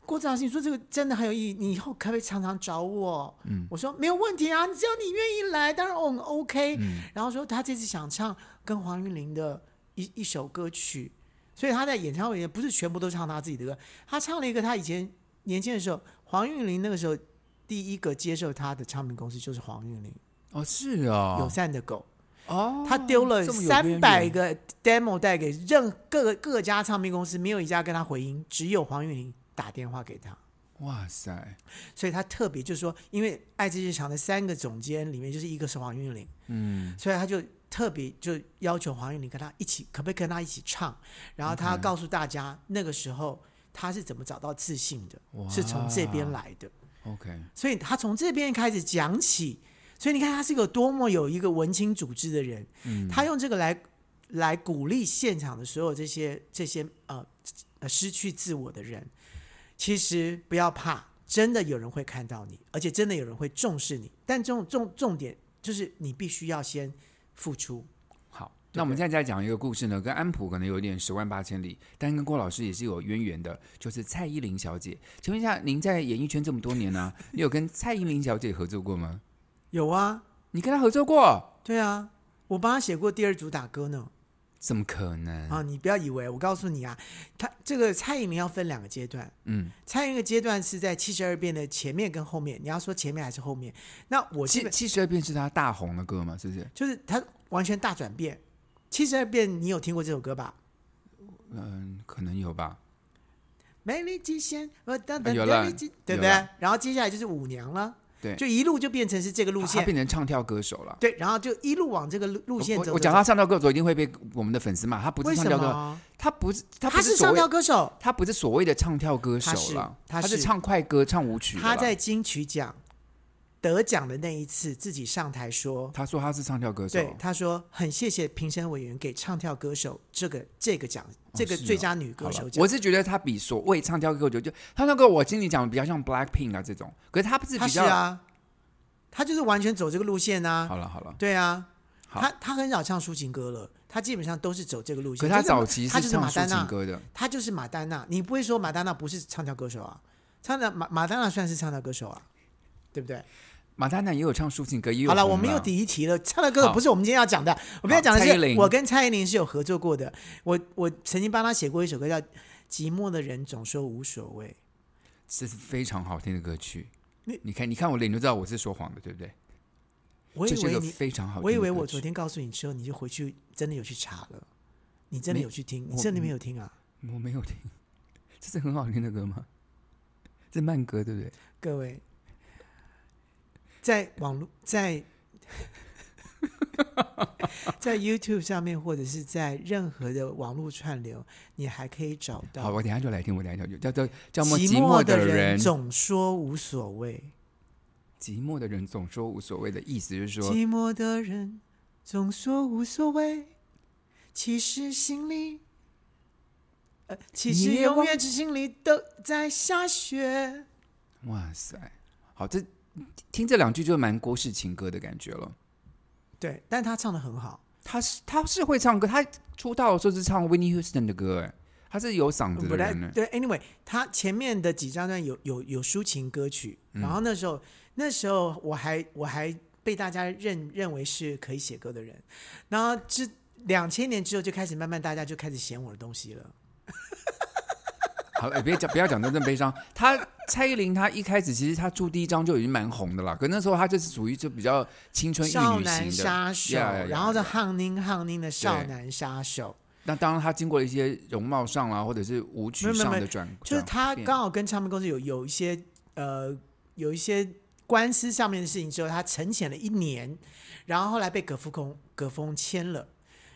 郭志老师，你说这个真的很有意义，你以后可不可以常常找我？”嗯，我说没有问题啊，只要你愿意来，当然我很 OK。然后说他这次想唱跟黄韵玲的一一首歌曲，所以他在演唱会也不是全部都唱他自己的歌，他唱了一个他以前年轻的时候，黄韵玲那个时候第一个接受他的唱片公司就是黄韵玲
哦，是哦，
友善的狗。
哦，
他丢了
这么有
三百
渊源
个 demo 带给任各个各家唱片公司，没有一家跟他回音，只有黄韵玲打电话给他。
哇塞，
所以他特别就是说，因为爱之日常的三个总监里面就是一个是黄韵玲，
嗯，
所以他就特别就要求黄韵玲跟他一起，可不可以跟他一起唱？然后他
嗯
要告诉大家那个时候他是怎么找到自信的，
哇
是从这边来的。
OK，
所以他从这边开始讲起，所以你看他是一个多么有一个文青组织的人，他用这个来来鼓励现场的所有这些这些呃呃失去自我的人，其实不要怕，真的有人会看到你，而且真的有人会重视你，但重重重点就是你必须要先付出，
好，那我们现在再讲一个故事呢，跟安普可能有点十万八千里，但跟郭老师也是有渊源的，就是蔡依林小姐。请问一下，您在演艺圈这么多年 呢、你有跟蔡依林小姐合作过吗？
有啊，
你跟她合作过？
对啊，我帮他写过第二主打歌呢。
怎么可能？
啊，你不要以为我告诉你啊，他这个蔡依林要分两个阶段，
嗯，
蔡依林的阶段是在七十二变的前面跟后面，你要说前面还是后面？那我基
七
本
七十二变是她大红的歌嘛，是不是？
就是他完全大转变。七十二变，你有听过这首歌吧？
嗯，可能有吧。
美丽极限，我等等
啊有了
美丽极，对不
有
对
了？
然后接下来就是舞娘了，
对，
就一路就变成是这个路
她她
线，
变成唱跳歌手了。
对，然后就一路往这个路路线
我
走。
我讲
走
她唱跳歌手一定会被我们的粉丝骂，她不
为
是唱
什
跳歌，
么？
她不是她不
他是
所
唱
谓
跳歌手，
她不是所谓的唱跳歌手
她是
了，
她
她是
是
唱快歌、唱舞曲的
他
啦
在金曲奖得奖的那一次，自己上台说，
他说他是唱跳歌手，
对，他说很谢谢评审委员给唱跳歌手这个这个奖，这个
是哦
最佳女歌
好
手
了
奖。
我是觉得他比所谓唱跳歌手就唱跳歌，我听你讲比较像 Blackpink 啊这种，可是他不是
他
比
是
较、
啊，他就是完全走这个路线啊
好。了好了，
对啊，
好
他他很少唱抒情歌了，他基本上都是走这个路线。
可是他
就是马
早期
他
是
就是
唱
马
抒
丹
情
娜，
歌的，
他就是马丹娜，你不会说马丹娜不是唱跳歌手啊？唱的马马丹娜算是唱跳歌手啊，对不对？
马丹娜也有唱抒情歌，也有
好了，
红啊
我们又第一题了。唱的歌
好
不是我们今天要讲的，我们要讲的
蔡依林
是我跟蔡依林是有合作过的。我我曾经帮她写过一首歌叫《寂寞的人总说无所谓》。
这是非常好听的歌曲。
你
你看，你看我脸就知道我是说谎的，对不对？
我
这
以
是一
为
个
你，
非常好听的歌
我以为我
曲
昨天告诉你之后，你就回去真的有去查了，你真的
没
有去听，你
我
真的没有听啊？
我没有听， 这是很好听的歌吗？这慢歌对不对？
各位，在网络 在在 YouTube 上面，或者是在任何的网络串流，你还可以找到。
好，我等一下就来听，我等一下就叫叫叫么
寂
寂寞
的
的人，
总说无所谓，
寂寞的人总说无所谓的意思就是说，
寂寞的人总说无所谓，其实心里，呃，其
你
实
也
永
忘
远只心里都在下雪。
哇塞，好，这听这两句就蛮郭氏情歌的感觉了。
对，但他唱的很好，
他是他是会唱歌，他出道的时候是唱 Whitney Houston 的歌，哎，他是有嗓子
嗯不
的
太
人哎呢。
对。Anyway，他前面的几张专辑有有有抒情歌曲，然后那时候、那时候我还我还被大家认认为是可以写歌的人，然后之两千年之后就开始慢慢大家就开始嫌我的东西了。
好了，哎别讲不要讲得这么悲伤。他蔡依林，她一开始其实她出第一张就已经蛮红的啦，可那时候她就是属于就比较青春玉
少
女
男
型的
杀手
Yeah, yeah, yeah,
然后
yeah.
是汉宁汉宁的少
对
男杀手，
那当然她经过了一些容貌上啦，或者是舞曲上
没有没有没
的
有
转，
就是他
转变
刚好跟唱片公司有有一些呃有一些官司上面的事情之后，他沉潜了一年，然后后来被葛福空葛峰签了，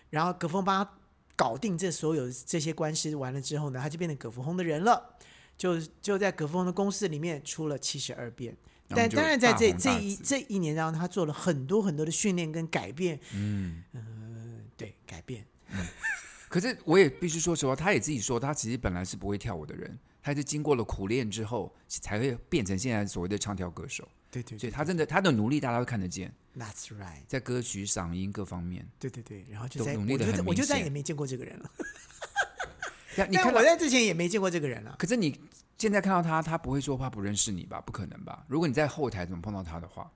然后葛峰帮他搞定这所有这些官司完了之后呢，他就变成葛福空的人了，就就在葛福空的公司里面出了七十二变。
然后
但
就
当然，在这
大红
这
大
一
紫
这一年当中，他做了很多很多的训练跟改变。嗯，呃，对，改变。
可是我也必须说实话，他也自己说，他其实本来是不会跳舞的人，他是经过了苦练之后，才会变成现在所谓的唱跳歌手。
对对
所
对
以他真的他的努力大家都看得见，
，That's right，
在歌曲、嗓音各方面。
对对对，然后就
都
在
努
我
力得
就
很
在我就
明
再
显
也没见过这个人了。
那你
但
看到
我，在之前也没见过这个人啊。
可是你现在看到他，他不会说话，不认识你吧？不可能吧？如果你在后台怎么碰到他的话，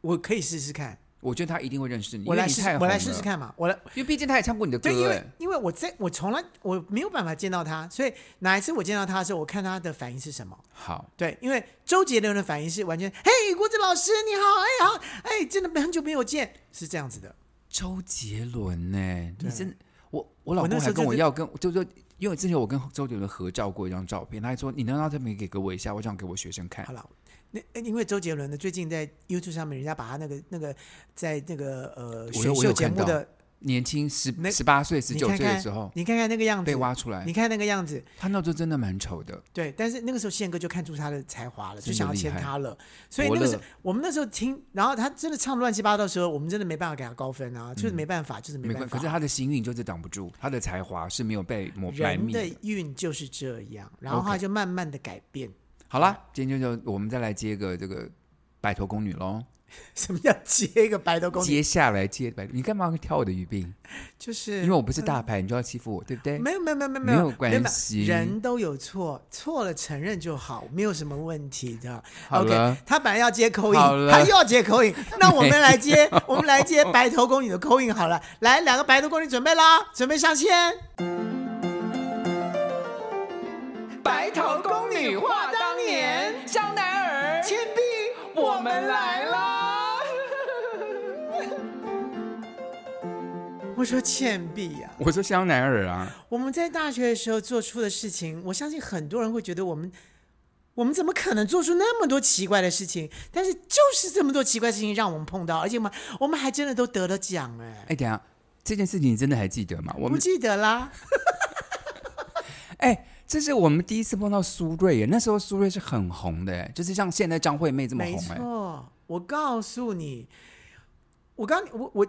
我可以试试看，
我觉得他一定会认识你，
我
因为
来
你
试
太，
我
红
来
了
试试，看嘛。我来，
因为毕竟他也唱过你的歌
对，因为
哎。
因为我在我从来我没有办法见到他，所以哪一次我见到他的时候，我看他的反应是什么。
好，
对，因为周杰伦的反应是完全，嘿，郭子老师你好，哎好，哎，真的很久没有见，是这样子的。
周杰伦呢、你
对
真的，我我老
我那
公
时
还
候
跟
就
我
是
要跟，就是说，因为之前我跟周杰伦合照过一张照片，他还说你能让这边给给我一下，我想给我学生看
好。了，那呃因为周杰伦呢，最近在 YouTube 上面，人家把他那个那个在那个呃
我有
选
我
秀
有
节
看
目
到
的，
年轻十
那
十八岁、十
你
九
看
岁的
看
时候
你看看那个样子
被挖出来
你，看那个样子，
他那时候真的蛮丑的。
对，但是那个时候宪哥就看出他的才华了，
真
就
的
想要签
厉害
他了。所以
伯
那个
乐
时候，我们那时候听，然后他真的唱乱七八糟的时候，我们真的没办法给他高分啊，就是没办法，就是
嗯没
没
关
办
可
法。
是他的心运就是挡不住，他的才华是没有被抹埋
人
灭
的
的。
运就是这样，然后
OK
他就慢慢的改变。
好啦，今天就就我们再来接个这个白头宫女喽。
什么叫接一个白头宫女？
接下来接白，你干嘛挑我的语病？
就是
因为我
嗯
不是大牌，你就要欺负我，对不对？
没有没有没有没有
没有关
没有没有
系
人都有错，错了承认就好，没有什么问题的。
好了
OK，他本来要接口音
好，了
他又要接口 音，那我们来接，我们来接白头宫女的口音好了。来，两个白头宫女准备啦，准备上线。
白头宫女话当年，香奈儿、倩碧，我们来啦！
我说倩碧呀、
我说香奈儿啊，
我们在大学的时候做出的事情，我相信很多人会觉得我们。我们怎么可能做出那么多奇怪的事情？但是就是这么多奇怪的事情让我们碰到，而且我们我们还真的都得了奖哎、
哎，等一下这件事情你真的还记得吗？我
不
们
记得啦。
哎，这是我们第一次碰到苏芮耶，那时候苏芮是很红的，哎就是像现在张惠妹这么
没
红哎。
错，我告诉你，我刚我我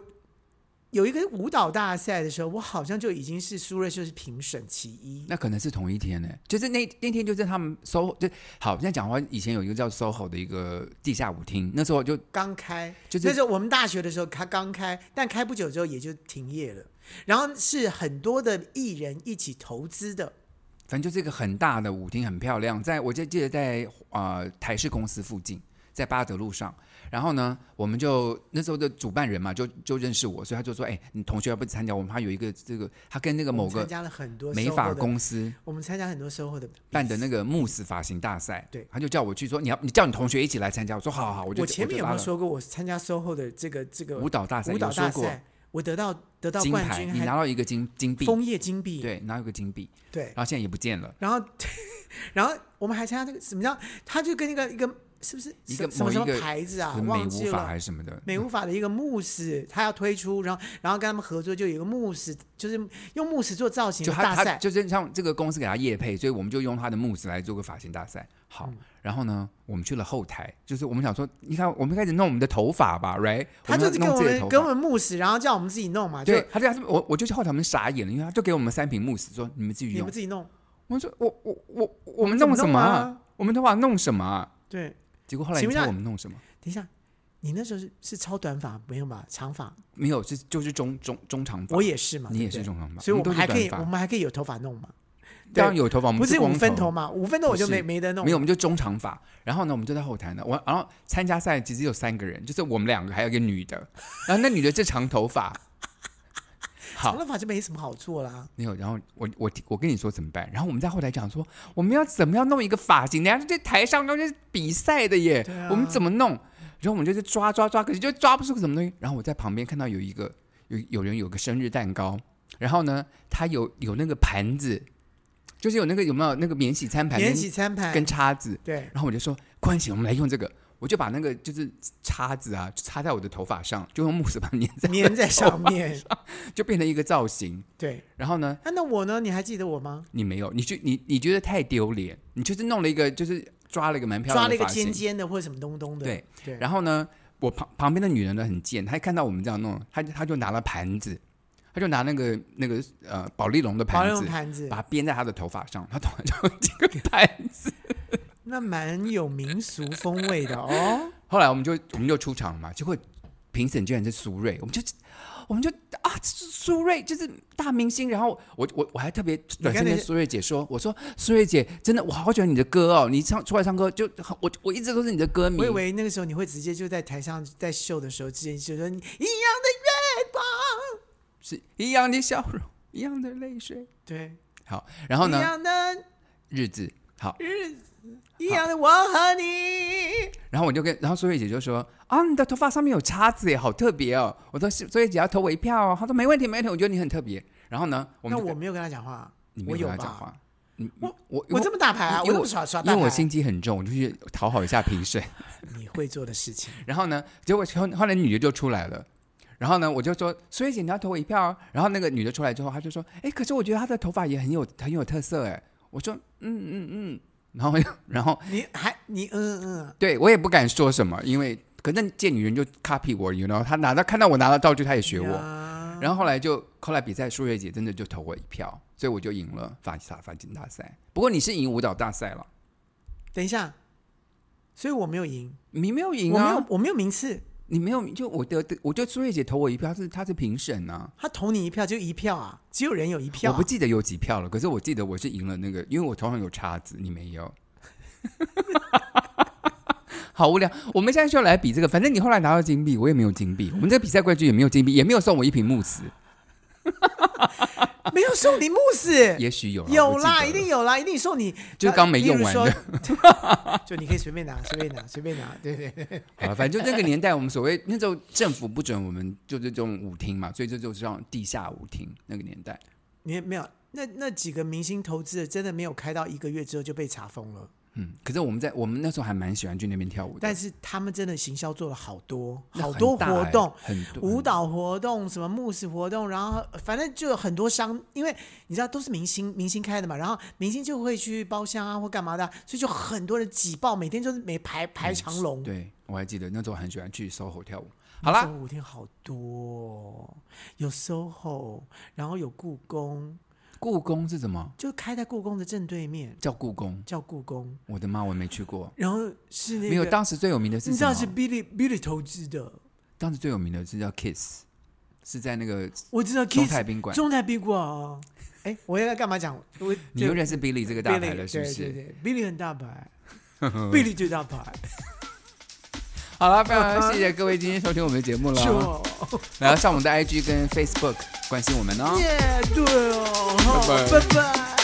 有一个舞蹈大赛的时候，我好像就已经是苏芮就是评审其一。
那可能是同一天呢、就是那那天就是他们 SOHO 就好，现在讲话以前有一个叫 SOHO 的一个地下舞厅，那时候就
刚开，
就是
那时候我们大学的时候，他刚开，但开不久之后也就停业了。然后是很多的艺人一起投资的，
反正就是一个很大的舞厅，很漂亮，在我记记得在呃台式公司附近，在巴德路上。然后呢，我们就那时候的主办人嘛，就就认识我，所以他就说：“哎、你同学要不参加我们？他有一个这个，他跟那个
我们
某个
参加了很多
美
收获
发
的
公司
我们参加很多收获的比赛
办的那个慕斯发型大赛，
对
他就叫我去说你要你叫你同学一起来参加。我说好好好，我就
我前面
就
有没
拉
有
了
说过，我参加 SOHO 的这个这个
舞蹈大赛
舞蹈
有说
大
过
赛，我得到得到
金
冠
牌，
军，
你拿
还
到一个金金币，
枫叶金币，
对，拿到一个金币，
对
然，后现在也不见了。
然后 然后我们还参加这个什么叫？他就跟一个一个是不是
一个
什什么
某一
什么
个
牌子啊
是？美
忘记
无法嗯
了
还。是什么的，
美无法的一个慕斯，他要推出，然后然后跟他们合作，就有一个慕斯，就是用慕斯做造型
就
的
他
大
他
赛。
就是像这个公司给他业配，所以我们就用他的慕斯来做个发型大赛。好，
嗯
然后呢，我们去了后台，就是我们想说，你看，我们开始弄我们的头发吧，right？
他
们
就
要
是跟
弄
我
自己的
们
头
跟我
发。
们慕斯，然后叫我们自己弄嘛，就
对，他就他就我我就去后台，我们傻眼了，因为他就给我们三瓶慕斯，说你们自己
你
用
们。自己弄。
我说我我我我们
们怎
弄
么
什
弄
么啊
啊？
我们头发弄什么啊？
对，
结果后来
请问
你
一
猜
下
我们弄什么？
等一下，你那时候是是超短发没有吧？长发，
没有，是就是中中中长发。
我也是嘛，
你
对
也
不
是
对
中长发
所以
我
我
们都
们
是
还可以，
短发
我们还可以有头发弄嘛。
当然有头发，我们
不是
光
五分
头
头嘛？五分头我就
不是
没没得弄。
没有，我们就中长发。然后呢，我们就在后台呢。我然后参加赛其实有三个人，就是我们两个，还有一个女的。然后那女的是长 头发。
长
好，
头发就没什么好做啦。
没有。然后我我我跟你说怎么办？然后我们在后台讲说，我们要怎么样弄一个发型？人家在台上都是比赛的耶，
对啊
我们怎么弄？然后我们就是抓抓抓，可是就抓不出个什么东西。然后我在旁边看到有一个有有人有个生日蛋糕，然后呢，他有有那个盘子，就是有那个有没有那个免洗餐盘跟，
免洗餐盘
跟叉子，
对，
然后我就说关系，我们来用这个。我就把那个就是叉子啊，插在我的头发上，就用慕斯把它粘在，
粘 在上面。
就变成一个造型。
对，
然后呢，
啊，那我呢？你还记得我吗？
你没有，你就你你觉得太丢脸，你就是弄了一个，就是抓了一个蛮漂
抓了
亮的
一个
发型。
尖尖的或者什么东东的。
对
对，
然后呢，我旁旁边的女人呢很贱，她一看到我们这样弄，她就她就拿了盘子，她就拿那个那个呃宝丽龙的
保
盘
用
子，
盘子
把，它编在她的头发上，她头发 上有 这个盘子。
那蛮有民俗风味的哦。
后来我们就我们就出场了嘛，结果评审居然是苏芮，我们就我们就啊，苏苏芮就是大明星。然后我我我还特别
看
短信
那些
跟苏芮姐说，我说苏芮姐，真的我好喜欢你的歌哦，你唱出来唱歌就很我我一直都是你的歌迷。
我以为那个时候你会直接就在台上在秀的时候，直接就说你一样的月光，
是一样的笑容，一样的泪水。
对，
好，然后
一
呢，
样嗯的
日子好，
日子，一样的我和你。
然后我就跟，然后苏芮姐就说：“啊，你的头发上面有叉子耶，好特别哦。”我说：“是，苏芮姐要投我一票哦。”她说：“没问题，没问题，我觉得你很特别。”然后呢，我们
那
就
我
跟
没有跟他讲话
你，没
我
有
有
跟她讲
吧？
话，你
我
我
我这么大牌啊，我
因为
这
我
么耍耍
因
大
为
牌
我
啊，
心机很重，我就去讨好一下评审。
你会做的事情。
然后呢，结果后后来女的就出来了。然后呢，我就说：“苏芮姐，你要投我一票、啊。”然后那个女的出来之后，她就说：“哎，可是我觉得她的头发也很有很有特色哎。”我说：“嗯嗯嗯。”然后然后
你还你嗯嗯嗯，
对我也不敢说什么，因为可能见女人就 copy 我，你知道，她拿到看到我拿到道具，她也学我。
呀
然后后来就后来比赛，苏芮姐真的就投我一票，所以我就赢了发发发金大赛。不过你是赢舞蹈大赛了，
等一下，所以我没有赢，
你没有赢
我没
啊，
有我没有名次，
你没有就我的我就苏芮姐投我一票，她是她是评审啊。
他投你一票就一票啊，只有人有一票
我
啊、
不记得有几票了，可是我记得我是赢了那个，因为我头上有叉子，你没有。 好无聊，我们现在就来比这个。反正你后来拿到金币，我也没有金币，我们这个比赛规矩也没有金币，也没有送我一瓶慕斯，
没有送你慕斯，
也许有啦啊
有
我不
啦，
记得了
一定有啦，一定送你，
就是刚没用完的
例如说。 就你可以随便拿，随便拿，随便拿，对对对，
啊，反正就那个年代，我们所谓那时候政府不准我们就这种舞厅嘛，所以这就是让地下舞厅。那个年代，
你没有。那那几个明星投资的真的没有开到一个月之后就被查封了，
嗯，可是我们在我们那时候还蛮喜欢去那边跳舞的，
但是他们真的行销做了好多
那
好
很
多
大
活
欸
动，
很多
舞，蹈活动、什么牧师活动，然后反正就有很多商，因为你知道都是明星明星开的嘛，然后明星就会去包厢啊或干嘛的，所以就很多人挤爆，每天就是每排排长龙。
很嗯对我还记得那时候很喜欢去 SOHO 跳舞。好啦，
舞厅好多哦、有 SOHO，然后有故宫，
故宫是什么？
就开在故宫的正对面，
叫故宫？
叫故宫。
我的妈，我没去过。
然后是那个
没有，当时最有名的是
你知
什
道
么？
是 Billy Billy 投资的，
当时最有名的是叫 Kiss，是在那个
我知道 Kiss,
中泰宾馆
中泰宾馆啊。哎，我要干嘛讲？我
你又认识 Billy 这个大牌
Billy，
了，是不是？
对对对，Billy 很大 牌，Billy 最大牌，
啊好了，非常谢谢各位今天收听我们的节目
是
了，
哦，
然后上我们的 IG 跟 Facebook 关心我们哦。
耶，对哦，好拜拜。